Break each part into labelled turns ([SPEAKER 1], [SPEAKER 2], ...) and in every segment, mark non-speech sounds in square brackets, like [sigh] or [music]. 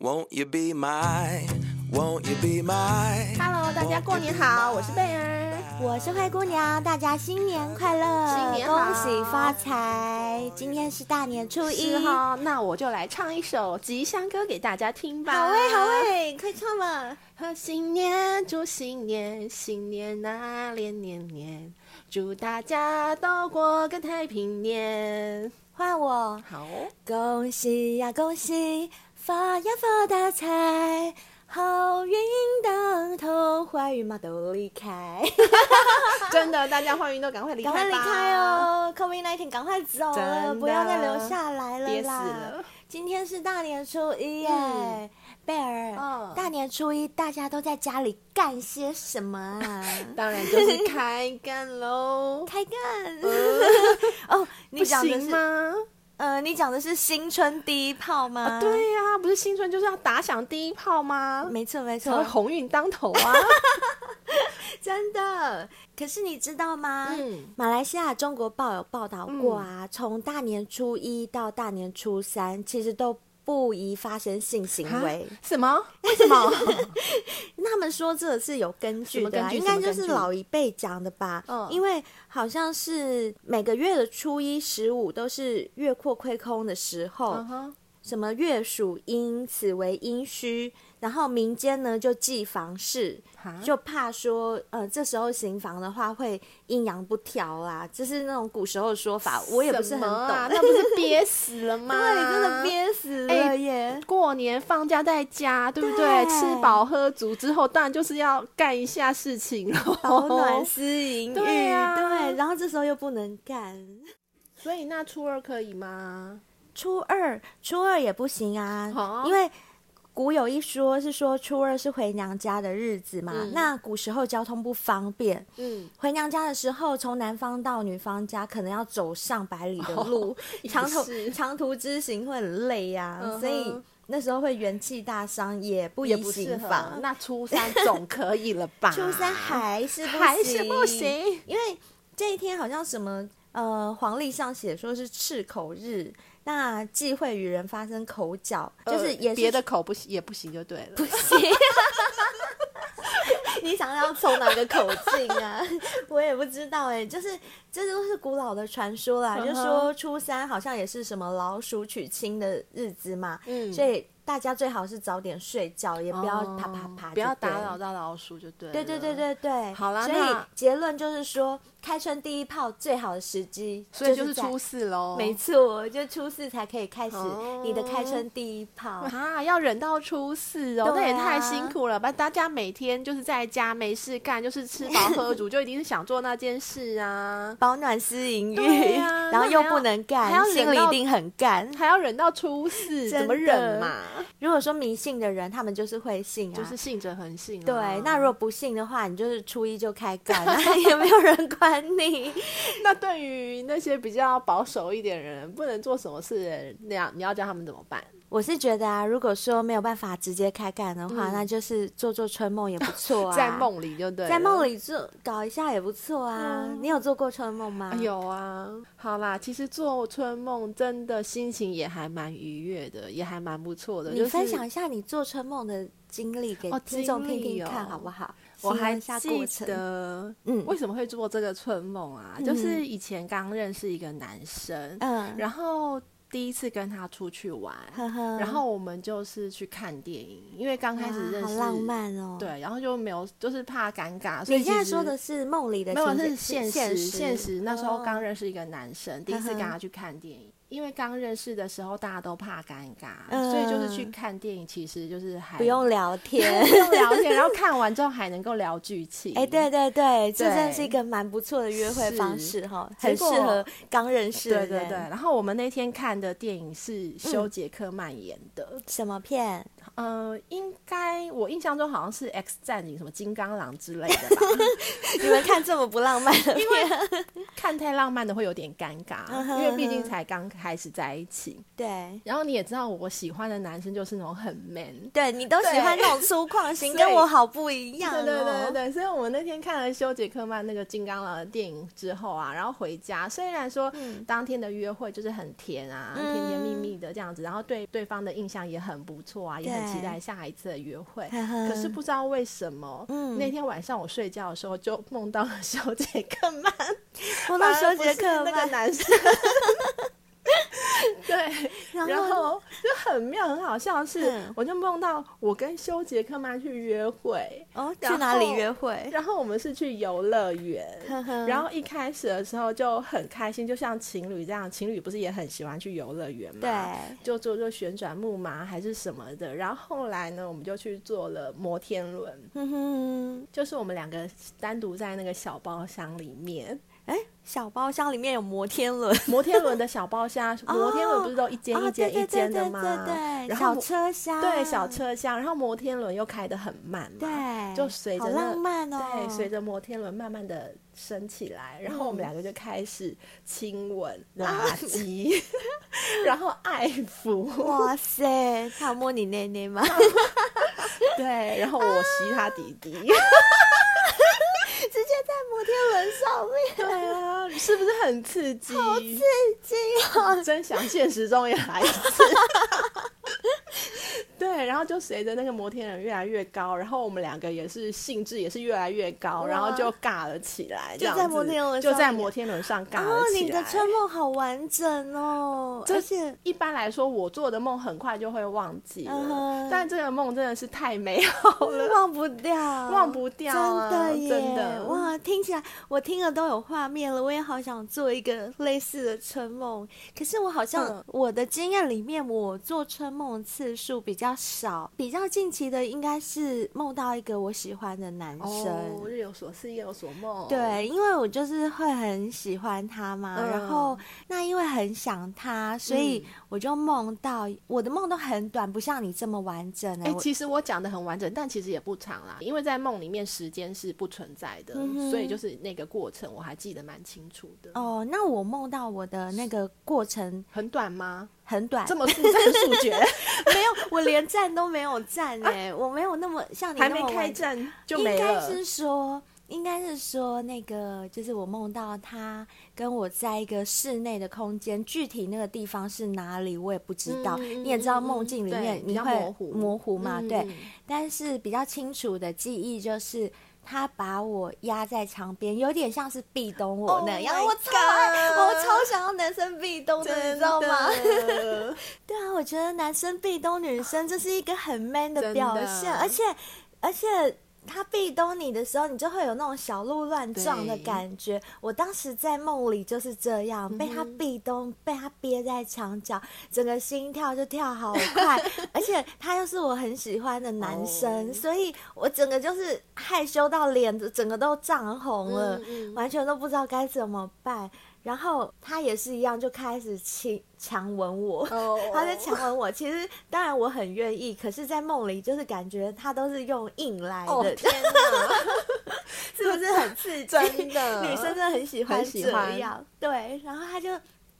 [SPEAKER 1] Won't you be my? Won't you be my?
[SPEAKER 2] Hello，大家过年好，我是贝儿。
[SPEAKER 3] 我是灰姑娘，大家新年快乐，
[SPEAKER 2] 新年好
[SPEAKER 3] 恭喜发财！今天是大年初一
[SPEAKER 2] 是，哈、那我就来唱一首吉祥歌给大家听吧。
[SPEAKER 3] 好喂好喂，快唱吧！
[SPEAKER 2] 和新年，祝新年，新年啊，连年年，祝大家都过个太平年。
[SPEAKER 3] 换我，
[SPEAKER 2] 好，
[SPEAKER 3] 恭喜呀恭喜，发呀发大财，好运当头，坏运嘛都离开，
[SPEAKER 2] 真的，大家欢迎都赶快离开
[SPEAKER 3] 赶
[SPEAKER 2] 吧，
[SPEAKER 3] 快离开！哦！COVID 1 9赶快走了，
[SPEAKER 2] 真的
[SPEAKER 3] 不要再留下来了啦！
[SPEAKER 2] 憋死了，
[SPEAKER 3] 今天是大年初一耶，
[SPEAKER 2] 嗯
[SPEAKER 3] 贝尔，
[SPEAKER 2] 嗯
[SPEAKER 3] 大年初一大家都在家里干些什么
[SPEAKER 2] [laughs]
[SPEAKER 3] 啊？。
[SPEAKER 2] 当然就是开干喽
[SPEAKER 3] [laughs] 开干、
[SPEAKER 2] 嗯
[SPEAKER 3] [laughs] 哦！
[SPEAKER 2] 不
[SPEAKER 3] 你讲的
[SPEAKER 2] 行
[SPEAKER 3] 是
[SPEAKER 2] 吗？
[SPEAKER 3] 呃，你讲的是新春第一炮吗？
[SPEAKER 2] 啊，对呀、不是新春就是要打响第一炮吗？
[SPEAKER 3] 没错没
[SPEAKER 2] 才会
[SPEAKER 3] 错，
[SPEAKER 2] 鸿运当头
[SPEAKER 3] [laughs]
[SPEAKER 2] 啊！
[SPEAKER 3] 真的。可是你知道吗？
[SPEAKER 2] 嗯
[SPEAKER 3] 马来西亚《中国报》有报道过啊，从大年初一到大年初三，其实都不宜发生性行为。
[SPEAKER 2] 啊什么？为什么？
[SPEAKER 3] [laughs] 他们说这是有根据的、
[SPEAKER 2] 什
[SPEAKER 3] 啊，
[SPEAKER 2] 么根据
[SPEAKER 3] 应该就
[SPEAKER 2] 什么
[SPEAKER 3] 是
[SPEAKER 2] 根据
[SPEAKER 3] 老一辈讲的吧。
[SPEAKER 2] 嗯
[SPEAKER 3] 因为好像是每个月的初一、十五都是月阔亏空的时候，
[SPEAKER 2] 嗯哼
[SPEAKER 3] 什么月属阴，此为阴虚。然后民间呢就忌房事，
[SPEAKER 2] 哈
[SPEAKER 3] 就怕说呃这时候行房的话会阴阳不调啊，这是那种古时候的说法，我也不是很
[SPEAKER 2] 什
[SPEAKER 3] 懂。
[SPEAKER 2] 么 [laughs]
[SPEAKER 3] [laughs]
[SPEAKER 2] 啊，那不是憋死了吗？
[SPEAKER 3] 对，真的。憋死
[SPEAKER 2] 哎
[SPEAKER 3] 了耶！
[SPEAKER 2] 过年放假在家，对不对？
[SPEAKER 3] 对
[SPEAKER 2] 吃饱喝足之后，当然就是要干一下事情喽。
[SPEAKER 3] [laughs] 保暖思淫欲，
[SPEAKER 2] 对啊
[SPEAKER 3] 对，然后这时候又不能干。
[SPEAKER 2] 所以那初二可以吗？
[SPEAKER 3] 初二，初二也不行啊，
[SPEAKER 2] 哦
[SPEAKER 3] 因为古有一说是说初二是回娘家的日子嘛。
[SPEAKER 2] 嗯
[SPEAKER 3] 那古时候交通不方便，
[SPEAKER 2] 嗯，
[SPEAKER 3] 回娘家的时候，从男方到女方家可能要走上百里的路，
[SPEAKER 2] 哦 [laughs] 也
[SPEAKER 3] 长途
[SPEAKER 2] 是
[SPEAKER 3] 长途之行会很累呀、
[SPEAKER 2] 嗯哼
[SPEAKER 3] 所以那时候会元气大伤，也不
[SPEAKER 2] 也
[SPEAKER 3] 宜
[SPEAKER 2] 不适
[SPEAKER 3] 行
[SPEAKER 2] 合。
[SPEAKER 3] 房。
[SPEAKER 2] 那初三总可以了 [laughs] 吧？
[SPEAKER 3] 初三还是不
[SPEAKER 2] 还是不，行。
[SPEAKER 3] 因为这一天好像什么呃黄历上写说是赤口日，那忌讳与人发生口角，就是
[SPEAKER 2] 呃
[SPEAKER 3] 也是
[SPEAKER 2] 别的口不行也不行就对了。
[SPEAKER 3] 不行。 [laughs] 你想要从哪个口径啊？ [laughs] 我也不知道哎、就是这都是古老的传说啦，
[SPEAKER 2] 嗯哼
[SPEAKER 3] 就说初三好像也是什么老鼠娶亲的日子嘛，
[SPEAKER 2] 嗯
[SPEAKER 3] 所以大家最好是早点睡觉，也不要
[SPEAKER 2] 哦
[SPEAKER 3] 啪啪啪，
[SPEAKER 2] 不要打扰。到老鼠就对了。
[SPEAKER 3] 对对对对对，
[SPEAKER 2] 好啦
[SPEAKER 3] 所
[SPEAKER 2] 那
[SPEAKER 3] 以结论就是说，开春第一炮最好的时机，
[SPEAKER 2] 所以就是是
[SPEAKER 3] 在哦
[SPEAKER 2] 初四喽。
[SPEAKER 3] 没错，就初四才可以开始
[SPEAKER 2] 哦
[SPEAKER 3] 你的开春第一炮。
[SPEAKER 2] 啊，要忍到初四哦，
[SPEAKER 3] 哦对
[SPEAKER 2] 那也
[SPEAKER 3] 啊
[SPEAKER 2] 太辛苦了吧！大家每天就是在家没事干，就是吃饱喝
[SPEAKER 3] [laughs]
[SPEAKER 2] 足，就一定是想做那件事啊，
[SPEAKER 3] [laughs] 保暖思淫欲，
[SPEAKER 2] 对啊
[SPEAKER 3] [laughs] 然后
[SPEAKER 2] 那
[SPEAKER 3] 又
[SPEAKER 2] 还要
[SPEAKER 3] 不能
[SPEAKER 2] 还要
[SPEAKER 3] 干，
[SPEAKER 2] 忍
[SPEAKER 3] 心里
[SPEAKER 2] 到
[SPEAKER 3] 一定很干。
[SPEAKER 2] 还要忍到初四，
[SPEAKER 3] 真的
[SPEAKER 2] 怎么忍嘛？
[SPEAKER 3] 如果说迷信的人，他们就是会信啊。
[SPEAKER 2] 就是信者恒信、啊。
[SPEAKER 3] 对，那如果不信的话，你就是初一就开干， [laughs] 那也没有人管你。 [laughs]
[SPEAKER 2] 那对于那些比较保守一点的人，不能做什么事的人，那样你要教他们怎么办？
[SPEAKER 3] 我是觉得啊，如果说没有办法直接开干的话，
[SPEAKER 2] 嗯
[SPEAKER 3] 那就是做做春梦也不错啊。
[SPEAKER 2] 在，梦里就对了，
[SPEAKER 3] [laughs] 在梦里做搞一下也不错啊。
[SPEAKER 2] 嗯
[SPEAKER 3] 你有做过春梦吗？
[SPEAKER 2] 有啊，好啦，其实做春梦真的心情也还蛮愉悦的，也还蛮不错的。
[SPEAKER 3] 你
[SPEAKER 2] 就是
[SPEAKER 3] 分享一下你做春梦的经历给
[SPEAKER 2] 哦
[SPEAKER 3] 听众
[SPEAKER 2] 经
[SPEAKER 3] 听
[SPEAKER 2] 历
[SPEAKER 3] 听看，
[SPEAKER 2] 哦
[SPEAKER 3] 好不好？
[SPEAKER 2] 我
[SPEAKER 3] 形容
[SPEAKER 2] 还
[SPEAKER 3] 一下过
[SPEAKER 2] 记
[SPEAKER 3] 程。
[SPEAKER 2] 得，
[SPEAKER 3] 嗯
[SPEAKER 2] 为什么会做这个春梦啊？就是以前刚认识一个男生，
[SPEAKER 3] 嗯，
[SPEAKER 2] 然后第一次跟他出去玩，
[SPEAKER 3] 呵呵，
[SPEAKER 2] 然后我们就是去看电影，因为刚开始
[SPEAKER 3] 哇
[SPEAKER 2] 认
[SPEAKER 3] 好
[SPEAKER 2] 识，
[SPEAKER 3] 浪漫哦。，
[SPEAKER 2] 对，然后就没有，就是怕尴尬，所以
[SPEAKER 3] 你现在
[SPEAKER 2] 其实
[SPEAKER 3] 说的是梦里的
[SPEAKER 2] 没有是现
[SPEAKER 3] 情节，现
[SPEAKER 2] 实
[SPEAKER 3] 实嗯
[SPEAKER 2] 现实。那时候
[SPEAKER 3] 哦
[SPEAKER 2] 刚认识一个男生，第一次跟
[SPEAKER 3] 呵呵
[SPEAKER 2] 他去看电影。因为刚认识的时候，大家都怕尴尬，
[SPEAKER 3] 嗯
[SPEAKER 2] 所以就是去看电影，其实就是还。
[SPEAKER 3] 不用聊
[SPEAKER 2] [laughs]
[SPEAKER 3] 天
[SPEAKER 2] 不用聊天，然后看完之后还能够聊剧情。
[SPEAKER 3] 哎，对对对，这
[SPEAKER 2] 对
[SPEAKER 3] 真是一个蛮不错的约会方式哈，
[SPEAKER 2] 结
[SPEAKER 3] 很适
[SPEAKER 2] 果
[SPEAKER 3] 合刚认识的
[SPEAKER 2] 对
[SPEAKER 3] 人。
[SPEAKER 2] 对对，然后我们那天看的电影是修杰克曼演的，
[SPEAKER 3] 什么片？ [laughs]
[SPEAKER 2] 呃，应该我印象中好像是《X 战警》什么《金刚狼》之类的吧，
[SPEAKER 3] 你
[SPEAKER 2] [laughs]
[SPEAKER 3] 们看这么不浪漫的片，
[SPEAKER 2] 看太浪漫的会有点尴尬，因为毕竟才刚开始在一起。
[SPEAKER 3] 对，
[SPEAKER 2] 然后你也知道，我喜欢的男生就是那种很 man。
[SPEAKER 3] 对你都喜欢那种粗
[SPEAKER 2] [laughs]
[SPEAKER 3] 犷型，
[SPEAKER 2] 对
[SPEAKER 3] 跟我好不一样哦。
[SPEAKER 2] 对对对对对，所以我们那天看了修杰克曼那个《金刚狼》的电影之后啊，然后回家，虽然说
[SPEAKER 3] 嗯
[SPEAKER 2] 当天的约会就是很甜啊，
[SPEAKER 3] 嗯
[SPEAKER 2] 甜甜蜜蜜的这样子，然后对对方的印象也很不错啊，也很
[SPEAKER 3] 对
[SPEAKER 2] 期待下一次的约会。
[SPEAKER 3] 呵呵
[SPEAKER 2] 可是不知道为什么，
[SPEAKER 3] 嗯
[SPEAKER 2] 那天晚上我睡觉的时候就梦到了修杰克曼，反
[SPEAKER 3] 我到
[SPEAKER 2] 而
[SPEAKER 3] 修
[SPEAKER 2] 不
[SPEAKER 3] 杰
[SPEAKER 2] 是
[SPEAKER 3] 克
[SPEAKER 2] 那个
[SPEAKER 3] 曼，
[SPEAKER 2] 男生。 [laughs] 对，
[SPEAKER 3] 然
[SPEAKER 2] 然
[SPEAKER 3] 后
[SPEAKER 2] 后就很妙，很好笑的是，
[SPEAKER 3] 嗯
[SPEAKER 2] 我就梦到我跟修杰克曼去约会，
[SPEAKER 3] 哦，去
[SPEAKER 2] 然
[SPEAKER 3] 哪里
[SPEAKER 2] 后
[SPEAKER 3] 约会？
[SPEAKER 2] 然后我们是去游乐园。
[SPEAKER 3] 呵呵
[SPEAKER 2] 然后一开始的时候就很开心，就像情侣这样，情侣不是也很喜欢去游乐园吗？
[SPEAKER 3] 对，
[SPEAKER 2] 就坐坐旋转木马还是什么的。然后后来呢，我们就去坐了摩天轮，
[SPEAKER 3] 哼哼，
[SPEAKER 2] 就是我们两个单独在那个小包厢里面，
[SPEAKER 3] 哎，小包厢里面有摩天轮，
[SPEAKER 2] 摩天轮的小包
[SPEAKER 3] [laughs]
[SPEAKER 2] 厢，摩天轮不是都一间
[SPEAKER 3] 哦
[SPEAKER 2] 一间
[SPEAKER 3] 对
[SPEAKER 2] 一间的
[SPEAKER 3] 对对
[SPEAKER 2] 吗？
[SPEAKER 3] 对对对，
[SPEAKER 2] 然
[SPEAKER 3] 小
[SPEAKER 2] 后
[SPEAKER 3] 车厢，
[SPEAKER 2] 对小，车厢，然后摩天轮又开得很慢嘛，
[SPEAKER 3] 对，
[SPEAKER 2] 就随着
[SPEAKER 3] 哎好
[SPEAKER 2] 那
[SPEAKER 3] 浪漫哦，嗯
[SPEAKER 2] 对，随着摩天轮慢慢的升起来，然后我们两个就开始亲
[SPEAKER 3] [laughs]
[SPEAKER 2] 吻、拉鸡，然后爱抚，
[SPEAKER 3] 哇塞，他有摸你内内
[SPEAKER 2] [laughs]
[SPEAKER 3] 吗？
[SPEAKER 2] 对，然后我吸
[SPEAKER 3] 啊
[SPEAKER 2] 他弟弟，
[SPEAKER 3] [laughs] 直接在摩天轮上面，
[SPEAKER 2] 对啊，是不是很刺激？
[SPEAKER 3] 刺激
[SPEAKER 2] [laughs]
[SPEAKER 3] 哦！
[SPEAKER 2] 真想现实中也来一
[SPEAKER 3] [laughs]
[SPEAKER 2] 次。对，然后就随着那个摩天轮越来越高，然后我们两个也是兴致也是越来越高，
[SPEAKER 3] 哇
[SPEAKER 2] 然后就尬了起来，
[SPEAKER 3] 就
[SPEAKER 2] 这样
[SPEAKER 3] 在
[SPEAKER 2] 子
[SPEAKER 3] 摩天轮
[SPEAKER 2] 就
[SPEAKER 3] 上
[SPEAKER 2] 在
[SPEAKER 3] 面
[SPEAKER 2] 摩天轮上尬
[SPEAKER 3] 哦
[SPEAKER 2] 了，起
[SPEAKER 3] 你
[SPEAKER 2] 来。
[SPEAKER 3] 的春梦好完整哦，
[SPEAKER 2] 这
[SPEAKER 3] 而且
[SPEAKER 2] 一般来说，我做的梦很快就会忘记了
[SPEAKER 3] 嗯哼哦
[SPEAKER 2] 但这个梦真的是太美好了。
[SPEAKER 3] 忘不掉，
[SPEAKER 2] 忘不掉啊
[SPEAKER 3] 真的耶！
[SPEAKER 2] 真的
[SPEAKER 3] 哇，听起来我听了都有画面了，我也好想做一个类似的春梦。可是我好像、
[SPEAKER 2] 嗯
[SPEAKER 3] 我的经验里面，我做春梦的次数比较少，比较近期的应该是梦到一个我喜欢的男生。
[SPEAKER 2] 哦，日有所思，夜有所梦。，
[SPEAKER 3] 对，因为我就是会很喜欢他嘛，
[SPEAKER 2] 嗯
[SPEAKER 3] 然后那因为很想他，所以
[SPEAKER 2] 嗯
[SPEAKER 3] 我就梦到、我的梦都很短，不像你这么完整、欸。
[SPEAKER 2] 哎、
[SPEAKER 3] 我
[SPEAKER 2] 其实我讲的很完整，但其实也不长啦，因为在梦里面时间是不存在的，
[SPEAKER 3] 嗯哼
[SPEAKER 2] 所以就是那个过程我还记得蛮清楚的。
[SPEAKER 3] 哦，那我梦到我的那个过程
[SPEAKER 2] 很短吗？
[SPEAKER 3] 很短，
[SPEAKER 2] 这么速战速决，
[SPEAKER 3] 没有，我连站都没有站哎、我没有那么 [laughs] 像你
[SPEAKER 2] 啊还
[SPEAKER 3] 那
[SPEAKER 2] 没
[SPEAKER 3] 么
[SPEAKER 2] 开
[SPEAKER 3] 完整，
[SPEAKER 2] 战就没
[SPEAKER 3] 应该
[SPEAKER 2] 了。
[SPEAKER 3] 是说，应该是说那个，就是我梦到他跟我在一个室内的空间，具体那个地方是哪里我也不知道。
[SPEAKER 2] 嗯嗯
[SPEAKER 3] 你也知道
[SPEAKER 2] 嗯嗯
[SPEAKER 3] 梦境里
[SPEAKER 2] 对
[SPEAKER 3] 面
[SPEAKER 2] 比
[SPEAKER 3] 你
[SPEAKER 2] 较
[SPEAKER 3] 会
[SPEAKER 2] 模糊
[SPEAKER 3] 模糊嘛，
[SPEAKER 2] 嗯
[SPEAKER 3] 对
[SPEAKER 2] 嗯。
[SPEAKER 3] 但是比较清楚的记忆就是。他把我压在墙边，有点像是壁咚我
[SPEAKER 2] Oh
[SPEAKER 3] 那样
[SPEAKER 2] my
[SPEAKER 3] 我超爱，我
[SPEAKER 2] God
[SPEAKER 3] 超想要男生壁咚的，你知道吗？
[SPEAKER 2] [laughs]
[SPEAKER 3] [laughs]
[SPEAKER 2] 的
[SPEAKER 3] 对啊，我觉得男生壁咚女生这是一个很 man 的
[SPEAKER 2] 真的
[SPEAKER 3] 表现，而且而且他壁咚你的时候，你就会有那种小鹿乱撞的
[SPEAKER 2] 对
[SPEAKER 3] 感觉。我当时在梦里就是这样，被他
[SPEAKER 2] 嗯哼
[SPEAKER 3] 壁咚，被他憋在墙角，整个心跳就跳好
[SPEAKER 2] [laughs]
[SPEAKER 3] 快，而且他又是我很喜欢的男生，
[SPEAKER 2] 哦
[SPEAKER 3] 所以我整个就是害羞到脸整个都涨红了。
[SPEAKER 2] 嗯嗯
[SPEAKER 3] 完全都不知道该怎么办。然后他也是一样，就开始亲强吻我，
[SPEAKER 2] 哦
[SPEAKER 3] 他在强吻我。 [laughs] 其实当然我很愿意，可是，在梦里就是感觉他都是用硬来的，
[SPEAKER 2] 哦天哪，
[SPEAKER 3] [laughs] 是不是很刺激？
[SPEAKER 2] 真的
[SPEAKER 3] [laughs] 女生真的很喜欢
[SPEAKER 2] 很喜
[SPEAKER 3] 这
[SPEAKER 2] 欢
[SPEAKER 3] 样。对，然后他就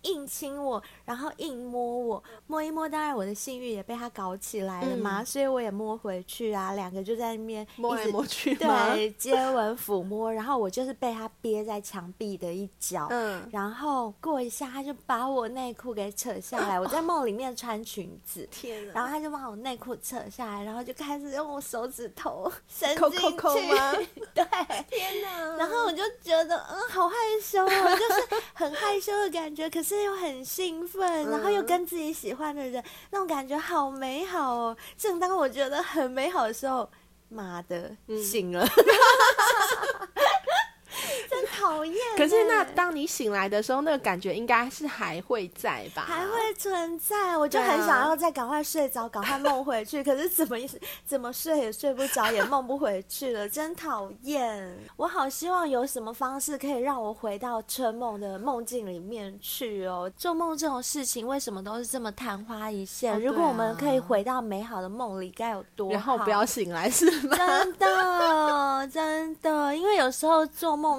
[SPEAKER 3] 硬亲我，然后硬摸我，摸一摸，当然我的性欲也被他搞起来了嘛，
[SPEAKER 2] 嗯
[SPEAKER 3] 所以我也摸回去啊，两个就在那边
[SPEAKER 2] 摸
[SPEAKER 3] 一
[SPEAKER 2] 来
[SPEAKER 3] 直
[SPEAKER 2] 摸去吗？
[SPEAKER 3] 对，接吻、抚摸，然后我就是被他憋在墙壁的一角，
[SPEAKER 2] 嗯，
[SPEAKER 3] 然后过一下他就把我内裤给扯下来，我在梦里面穿裙子。
[SPEAKER 2] 天哪
[SPEAKER 3] 然后他就把我内裤扯下来，然后就开始用我手指头伸
[SPEAKER 2] 抠
[SPEAKER 3] 进
[SPEAKER 2] 抠
[SPEAKER 3] 去，
[SPEAKER 2] 抠吗
[SPEAKER 3] [laughs] 对，
[SPEAKER 2] 天哪
[SPEAKER 3] 然后我就觉得嗯，好害羞哦，就是很害羞的感觉，可是又很兴奋，然后又
[SPEAKER 2] 嗯
[SPEAKER 3] 跟自己喜欢的人，那种感觉好美好哦。正当我觉得很美好的时候，妈的，
[SPEAKER 2] 嗯
[SPEAKER 3] 醒
[SPEAKER 2] [laughs]
[SPEAKER 3] 了，真讨厌欸。
[SPEAKER 2] 可是那当你醒来的时候，那个感觉应该是还会在吧？
[SPEAKER 3] 还会存在，我就
[SPEAKER 2] 对啊
[SPEAKER 3] 很想要再赶快睡着，赶快梦回去。 [laughs] 可是怎么也是怎么睡也睡不着，也梦不回去了，真讨厌！我好希望有什么方式可以让我回到春梦的梦境里面去哦。做梦这种事情为什么都是这么昙花一现？
[SPEAKER 2] 哦对啊
[SPEAKER 3] 如果我们可以回到美好的梦里，该有多好！啊
[SPEAKER 2] 然后不要醒来是吗？
[SPEAKER 3] 真的，真的，因为有时候做梦。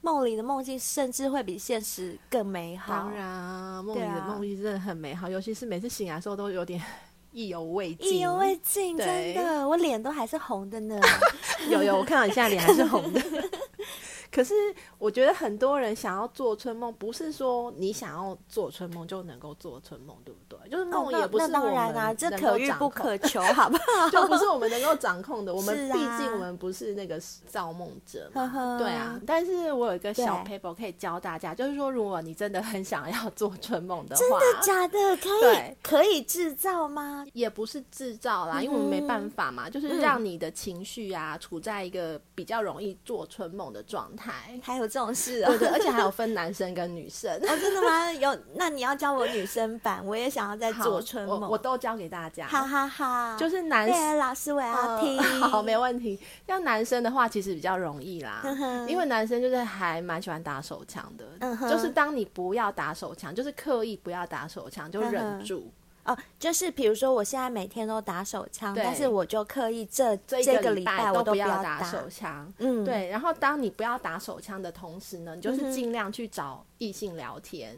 [SPEAKER 3] 梦里的梦境甚至会比现实更美好。
[SPEAKER 2] 当然啊，梦里
[SPEAKER 3] 对
[SPEAKER 2] 的
[SPEAKER 3] 啊
[SPEAKER 2] 梦境真的很美好，尤其是每次醒来的时候都有点 [laughs] 意犹未尽。
[SPEAKER 3] 意犹未尽，真
[SPEAKER 2] 对
[SPEAKER 3] 的，我脸都还是红的
[SPEAKER 2] [laughs]
[SPEAKER 3] 呢。
[SPEAKER 2] 有有，我看到你现在脸还是红
[SPEAKER 3] [laughs]
[SPEAKER 2] 的。可是我觉得很多人想要做春梦，不是说你想要做春梦就能够做春梦，对不对？就是
[SPEAKER 3] 哦
[SPEAKER 2] 梦
[SPEAKER 3] 那
[SPEAKER 2] 也不是
[SPEAKER 3] 那
[SPEAKER 2] 我们
[SPEAKER 3] 当然啦、这
[SPEAKER 2] 能够
[SPEAKER 3] 可遇
[SPEAKER 2] 掌
[SPEAKER 3] 不
[SPEAKER 2] 控
[SPEAKER 3] 可
[SPEAKER 2] [laughs]
[SPEAKER 3] 求，好不好？
[SPEAKER 2] 就不是我们能够掌控
[SPEAKER 3] [laughs]
[SPEAKER 2] 的。我们
[SPEAKER 3] 是啊
[SPEAKER 2] 毕竟我们不是那个造梦者
[SPEAKER 3] 呵 [laughs] 呵
[SPEAKER 2] 嘛， [laughs] 对啊。
[SPEAKER 3] 嗯
[SPEAKER 2] 但是我有一个小
[SPEAKER 3] 对
[SPEAKER 2] paper 可以教大家，就是说，如果你真的很想要做春梦的话，
[SPEAKER 3] 真的假的？可以
[SPEAKER 2] 对
[SPEAKER 3] 可以制造吗？
[SPEAKER 2] 也不是制造啦，因为我们没办法嘛，就是让你的情绪啊处在一个比较容易做春梦的状态。
[SPEAKER 3] 还有这种事啊、
[SPEAKER 2] 对对，而且还有分男生跟女 [laughs] 生。
[SPEAKER 3] [laughs] 哦，真的吗？有，那你要教我女生版，我也想要再
[SPEAKER 2] 好
[SPEAKER 3] 做春梦
[SPEAKER 2] 我我都教给大家。
[SPEAKER 3] 哈哈哈！
[SPEAKER 2] [laughs] 就是男
[SPEAKER 3] 对，老师我要听。
[SPEAKER 2] 嗯 [laughs] 好，没问题。像男生的话，其实比较容易啦
[SPEAKER 3] 嗯哼，
[SPEAKER 2] 因为男生就是还蛮喜欢打手枪的。
[SPEAKER 3] 嗯哼
[SPEAKER 2] 就是当你不要打手枪，就是刻意不要打手枪，就
[SPEAKER 3] 嗯
[SPEAKER 2] 忍
[SPEAKER 3] 哼
[SPEAKER 2] 住。
[SPEAKER 3] 哦，就是比如说我现在每天都打手枪，
[SPEAKER 2] 对
[SPEAKER 3] 但是我就刻意这
[SPEAKER 2] 这
[SPEAKER 3] 这
[SPEAKER 2] 个
[SPEAKER 3] 礼
[SPEAKER 2] 拜
[SPEAKER 3] 我
[SPEAKER 2] 都
[SPEAKER 3] 不
[SPEAKER 2] 要
[SPEAKER 3] 打
[SPEAKER 2] 打手枪。
[SPEAKER 3] 嗯，，
[SPEAKER 2] 对，然后当你不要打手枪的同时呢，你就
[SPEAKER 3] 嗯哼
[SPEAKER 2] 是尽量去找异性聊
[SPEAKER 3] [laughs]
[SPEAKER 2] 天，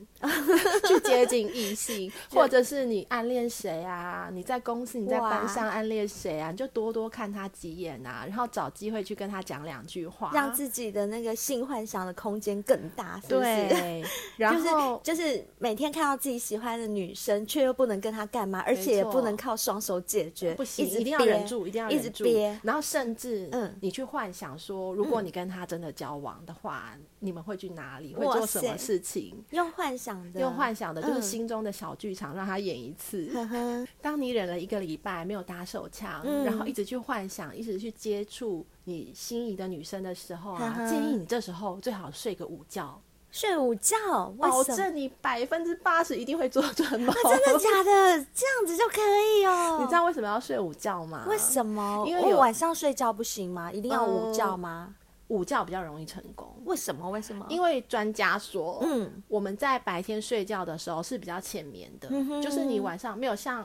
[SPEAKER 2] 去接近异性，或者是你暗恋谁啊，你在公司、你在
[SPEAKER 3] 哇
[SPEAKER 2] 班上暗恋谁啊，你就多多看他几眼啊，然后找机会去跟他讲两句话，
[SPEAKER 3] 让自己的那个性幻想的空间更大，是不是？ [laughs]
[SPEAKER 2] 对，然后。
[SPEAKER 3] 就是就是每天看到自己喜欢的女生，却又不能跟她干嘛，而且也不能靠双手解决，
[SPEAKER 2] 不行，
[SPEAKER 3] 一直
[SPEAKER 2] 一定要
[SPEAKER 3] 憋
[SPEAKER 2] 忍住，一定要
[SPEAKER 3] 一
[SPEAKER 2] 忍
[SPEAKER 3] 直
[SPEAKER 2] 住
[SPEAKER 3] 憋。
[SPEAKER 2] 然后甚至，
[SPEAKER 3] 嗯
[SPEAKER 2] 嗯，你去幻想说，如果你跟他真的交往的话，你们会去哪里？会
[SPEAKER 3] 哇
[SPEAKER 2] 做什
[SPEAKER 3] 塞
[SPEAKER 2] 么事情？
[SPEAKER 3] 用幻想的，
[SPEAKER 2] 用幻想的，就是
[SPEAKER 3] 嗯
[SPEAKER 2] 心中的小剧场，让他演一次。
[SPEAKER 3] 呵呵，
[SPEAKER 2] 当你忍了一个礼拜没有打手枪，
[SPEAKER 3] 嗯
[SPEAKER 2] 然后一直去幻想，一直去接触你心仪的女生的时候啊，
[SPEAKER 3] 呵呵
[SPEAKER 2] 建议你这时候最好睡个午觉，
[SPEAKER 3] [laughs] 睡午觉，为
[SPEAKER 2] 保
[SPEAKER 3] 什么啊
[SPEAKER 2] 证你百分之八十一定会做春梦。
[SPEAKER 3] 真
[SPEAKER 2] [laughs]
[SPEAKER 3] 的假的？这样子就可以哦？
[SPEAKER 2] 你知道为什么要睡午觉吗？
[SPEAKER 3] 为什么？
[SPEAKER 2] 因为
[SPEAKER 3] 我
[SPEAKER 2] 有呃
[SPEAKER 3] 晚上睡觉不行吗？一定要午觉吗？
[SPEAKER 2] 午觉比较容易成功？
[SPEAKER 3] 为什么？为什么？
[SPEAKER 2] 因为专家说，
[SPEAKER 3] 嗯，
[SPEAKER 2] 我们在白天睡觉的时候是比较浅眠的，
[SPEAKER 3] 嗯哼
[SPEAKER 2] 就是你晚上没有像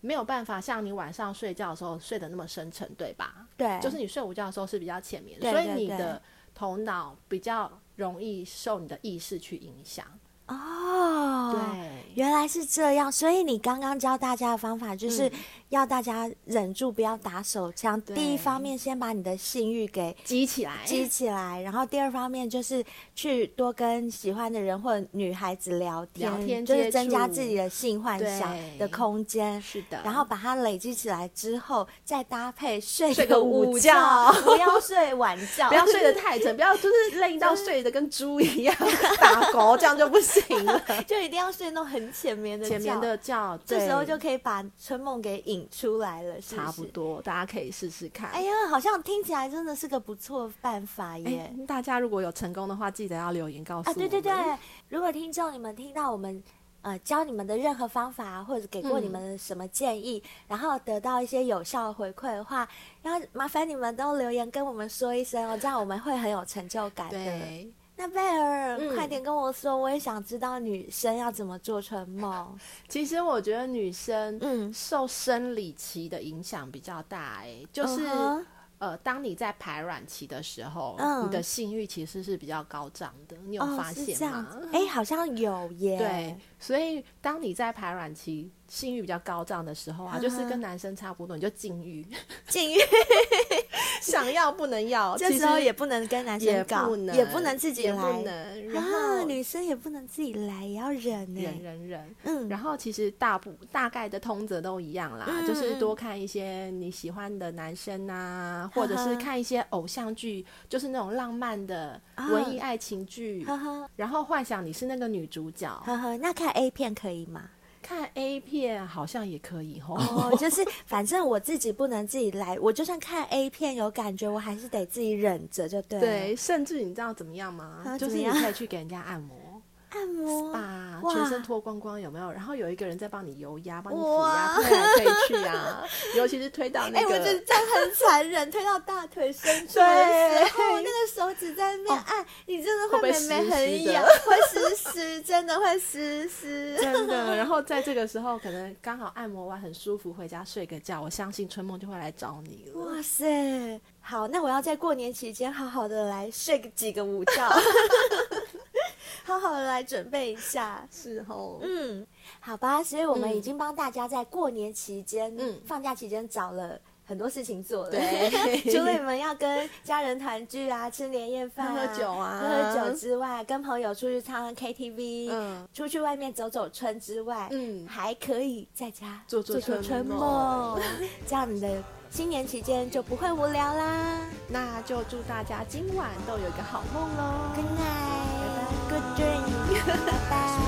[SPEAKER 2] 没有办法像你晚上睡觉的时候睡得那么深沉，对吧？
[SPEAKER 3] 对，
[SPEAKER 2] 就是你睡午觉的时候是比较浅眠，
[SPEAKER 3] 对
[SPEAKER 2] 所以
[SPEAKER 3] 对
[SPEAKER 2] 你
[SPEAKER 3] 对
[SPEAKER 2] 的头脑比较容易受你的意识去影响。
[SPEAKER 3] 哦，。
[SPEAKER 2] 对，
[SPEAKER 3] 原来是这样，所以你刚刚教大家的方法就是
[SPEAKER 2] 嗯
[SPEAKER 3] 要大家忍住，不要打手枪。
[SPEAKER 2] 对
[SPEAKER 3] 第一方面，先把你的性欲给
[SPEAKER 2] 激起来，
[SPEAKER 3] 激起来，然后第二方面就是去多跟喜欢的人或女孩子聊天，
[SPEAKER 2] 聊天
[SPEAKER 3] 就是
[SPEAKER 2] 接
[SPEAKER 3] 增加
[SPEAKER 2] 触
[SPEAKER 3] 自己的性幻想
[SPEAKER 2] 对
[SPEAKER 3] 的空间。
[SPEAKER 2] 是的，
[SPEAKER 3] 然后把它累积起来之后，再搭配睡
[SPEAKER 2] 睡
[SPEAKER 3] 个
[SPEAKER 2] 个
[SPEAKER 3] 午
[SPEAKER 2] 午
[SPEAKER 3] 觉
[SPEAKER 2] 觉，
[SPEAKER 3] 不要睡晚
[SPEAKER 2] [laughs]
[SPEAKER 3] 觉，
[SPEAKER 2] 不要睡得太沉，不要就是累到睡得跟猪一样打狗，这样就不行 [laughs] 了。
[SPEAKER 3] 就一定要睡那种很浅眠的觉。
[SPEAKER 2] 前面的觉，
[SPEAKER 3] 这
[SPEAKER 2] 对
[SPEAKER 3] 时候就可以把春梦给引出来了，是
[SPEAKER 2] 差
[SPEAKER 3] 是
[SPEAKER 2] 不。多，大家可以试试看。
[SPEAKER 3] 哎呀，好像听起来真的是个不错的办法耶。
[SPEAKER 2] 哎，大家如果有成功的话，记得要留言告诉
[SPEAKER 3] 啊，
[SPEAKER 2] 我们。
[SPEAKER 3] 对对对，如果听众你们听到我们呃教你们的任何方法啊，或者给过你
[SPEAKER 2] 嗯
[SPEAKER 3] 们什么建议，然后得到一些有效的回馈的话，然后麻烦你们都留言跟我们说一声哦，这样我们会很有成就感的。
[SPEAKER 2] 对，
[SPEAKER 3] 那贝尔，
[SPEAKER 2] 嗯
[SPEAKER 3] 快点跟我说，我也想知道女生要怎么做春梦。
[SPEAKER 2] 其实我觉得女生
[SPEAKER 3] 嗯
[SPEAKER 2] 受生理期的影响比较大、哎，就是、
[SPEAKER 3] 嗯哼
[SPEAKER 2] 呃，当你在排卵期的时候，
[SPEAKER 3] 嗯
[SPEAKER 2] 你的性欲其实是比较高涨的，你有
[SPEAKER 3] 哦，
[SPEAKER 2] 发
[SPEAKER 3] 是
[SPEAKER 2] 现
[SPEAKER 3] 这样
[SPEAKER 2] 吗？
[SPEAKER 3] 子，哎，好像有耶。
[SPEAKER 2] 对，所以当你在排卵期性欲比较高涨的时候
[SPEAKER 3] 嗯
[SPEAKER 2] 啊，就是跟男生差不多，你就禁欲， [laughs]
[SPEAKER 3] 禁欲
[SPEAKER 2] 想要不能要，
[SPEAKER 3] 这
[SPEAKER 2] 其
[SPEAKER 3] 时候
[SPEAKER 2] 实
[SPEAKER 3] 也不能跟男
[SPEAKER 2] 也
[SPEAKER 3] 生搞
[SPEAKER 2] 不，能，
[SPEAKER 3] 也不能自己
[SPEAKER 2] 也不
[SPEAKER 3] 来。
[SPEAKER 2] 能，然
[SPEAKER 3] 啊，
[SPEAKER 2] 后
[SPEAKER 3] 女生也不能自己来，也要忍呢、
[SPEAKER 2] 忍忍忍，
[SPEAKER 3] 嗯，
[SPEAKER 2] 然后其实大部大概的通则都一样啦，
[SPEAKER 3] 嗯
[SPEAKER 2] 就是多看一些你喜欢的男生啊，或者
[SPEAKER 3] 呵
[SPEAKER 2] 是
[SPEAKER 3] 呵
[SPEAKER 2] 看一些偶像剧，就是那种浪漫的
[SPEAKER 3] 啊
[SPEAKER 2] 文艺爱情剧，
[SPEAKER 3] 呵呵
[SPEAKER 2] 然后幻想你是那个女主角。
[SPEAKER 3] 呵呵，那看 A 片可以吗？
[SPEAKER 2] 看 A 片好像也可以吼，
[SPEAKER 3] 哦，就是反正我自己不能自己来，我就算看 A 片有感觉，我还是得自己忍着就对了。
[SPEAKER 2] 对，甚至你知道怎么样吗？
[SPEAKER 3] 啊
[SPEAKER 2] 就是
[SPEAKER 3] 怎么
[SPEAKER 2] 你
[SPEAKER 3] 样
[SPEAKER 2] 可以去给人家按摩。
[SPEAKER 3] [laughs] 按摩
[SPEAKER 2] 把
[SPEAKER 3] 哇
[SPEAKER 2] 全身脱光光有没有？然后有一个人在帮你油压，帮你抚
[SPEAKER 3] 哇
[SPEAKER 2] 压，推来推去啊， [laughs] 尤其是推到
[SPEAKER 3] 哎、
[SPEAKER 2] 那
[SPEAKER 3] 我
[SPEAKER 2] 个，
[SPEAKER 3] 觉得这样很残忍，推到大腿深处的
[SPEAKER 2] 对哦
[SPEAKER 3] 时候，那个手指在那边按，你真的
[SPEAKER 2] 会被
[SPEAKER 3] 妹妹
[SPEAKER 2] 湿湿
[SPEAKER 3] 很
[SPEAKER 2] 的
[SPEAKER 3] 痒，会湿湿湿，真的会湿
[SPEAKER 2] [laughs]
[SPEAKER 3] 湿。
[SPEAKER 2] 真的。然后在这个时候，可能刚好按摩完很舒服，回家睡个觉，我相信春梦就会来找你了。
[SPEAKER 3] 哇塞，好，那我要在过年期间好好的来睡个几个午觉，好好的来准备一下。
[SPEAKER 2] 是哦，
[SPEAKER 3] 嗯，好吧，所以我们
[SPEAKER 2] 嗯
[SPEAKER 3] 已经帮大家在过年期间、
[SPEAKER 2] 嗯
[SPEAKER 3] 放假期间找了很多事情做了。
[SPEAKER 2] 对
[SPEAKER 3] [laughs] 除了你们要跟家人团聚啊、吃年夜饭、
[SPEAKER 2] 喝酒啊
[SPEAKER 3] 喝喝酒之外，跟朋友出去唱 KTV，、
[SPEAKER 2] 嗯
[SPEAKER 3] 出去外面走走春之外，
[SPEAKER 2] 嗯
[SPEAKER 3] 还可以在家
[SPEAKER 2] 做做
[SPEAKER 3] 做
[SPEAKER 2] 春
[SPEAKER 3] 春
[SPEAKER 2] 梦 [laughs]
[SPEAKER 3] 梦，这样你的新年期间就不会无聊啦。
[SPEAKER 2] 那就祝大家今晚都有一个好梦喽。 [laughs]
[SPEAKER 3] Good night，Good dream，拜拜。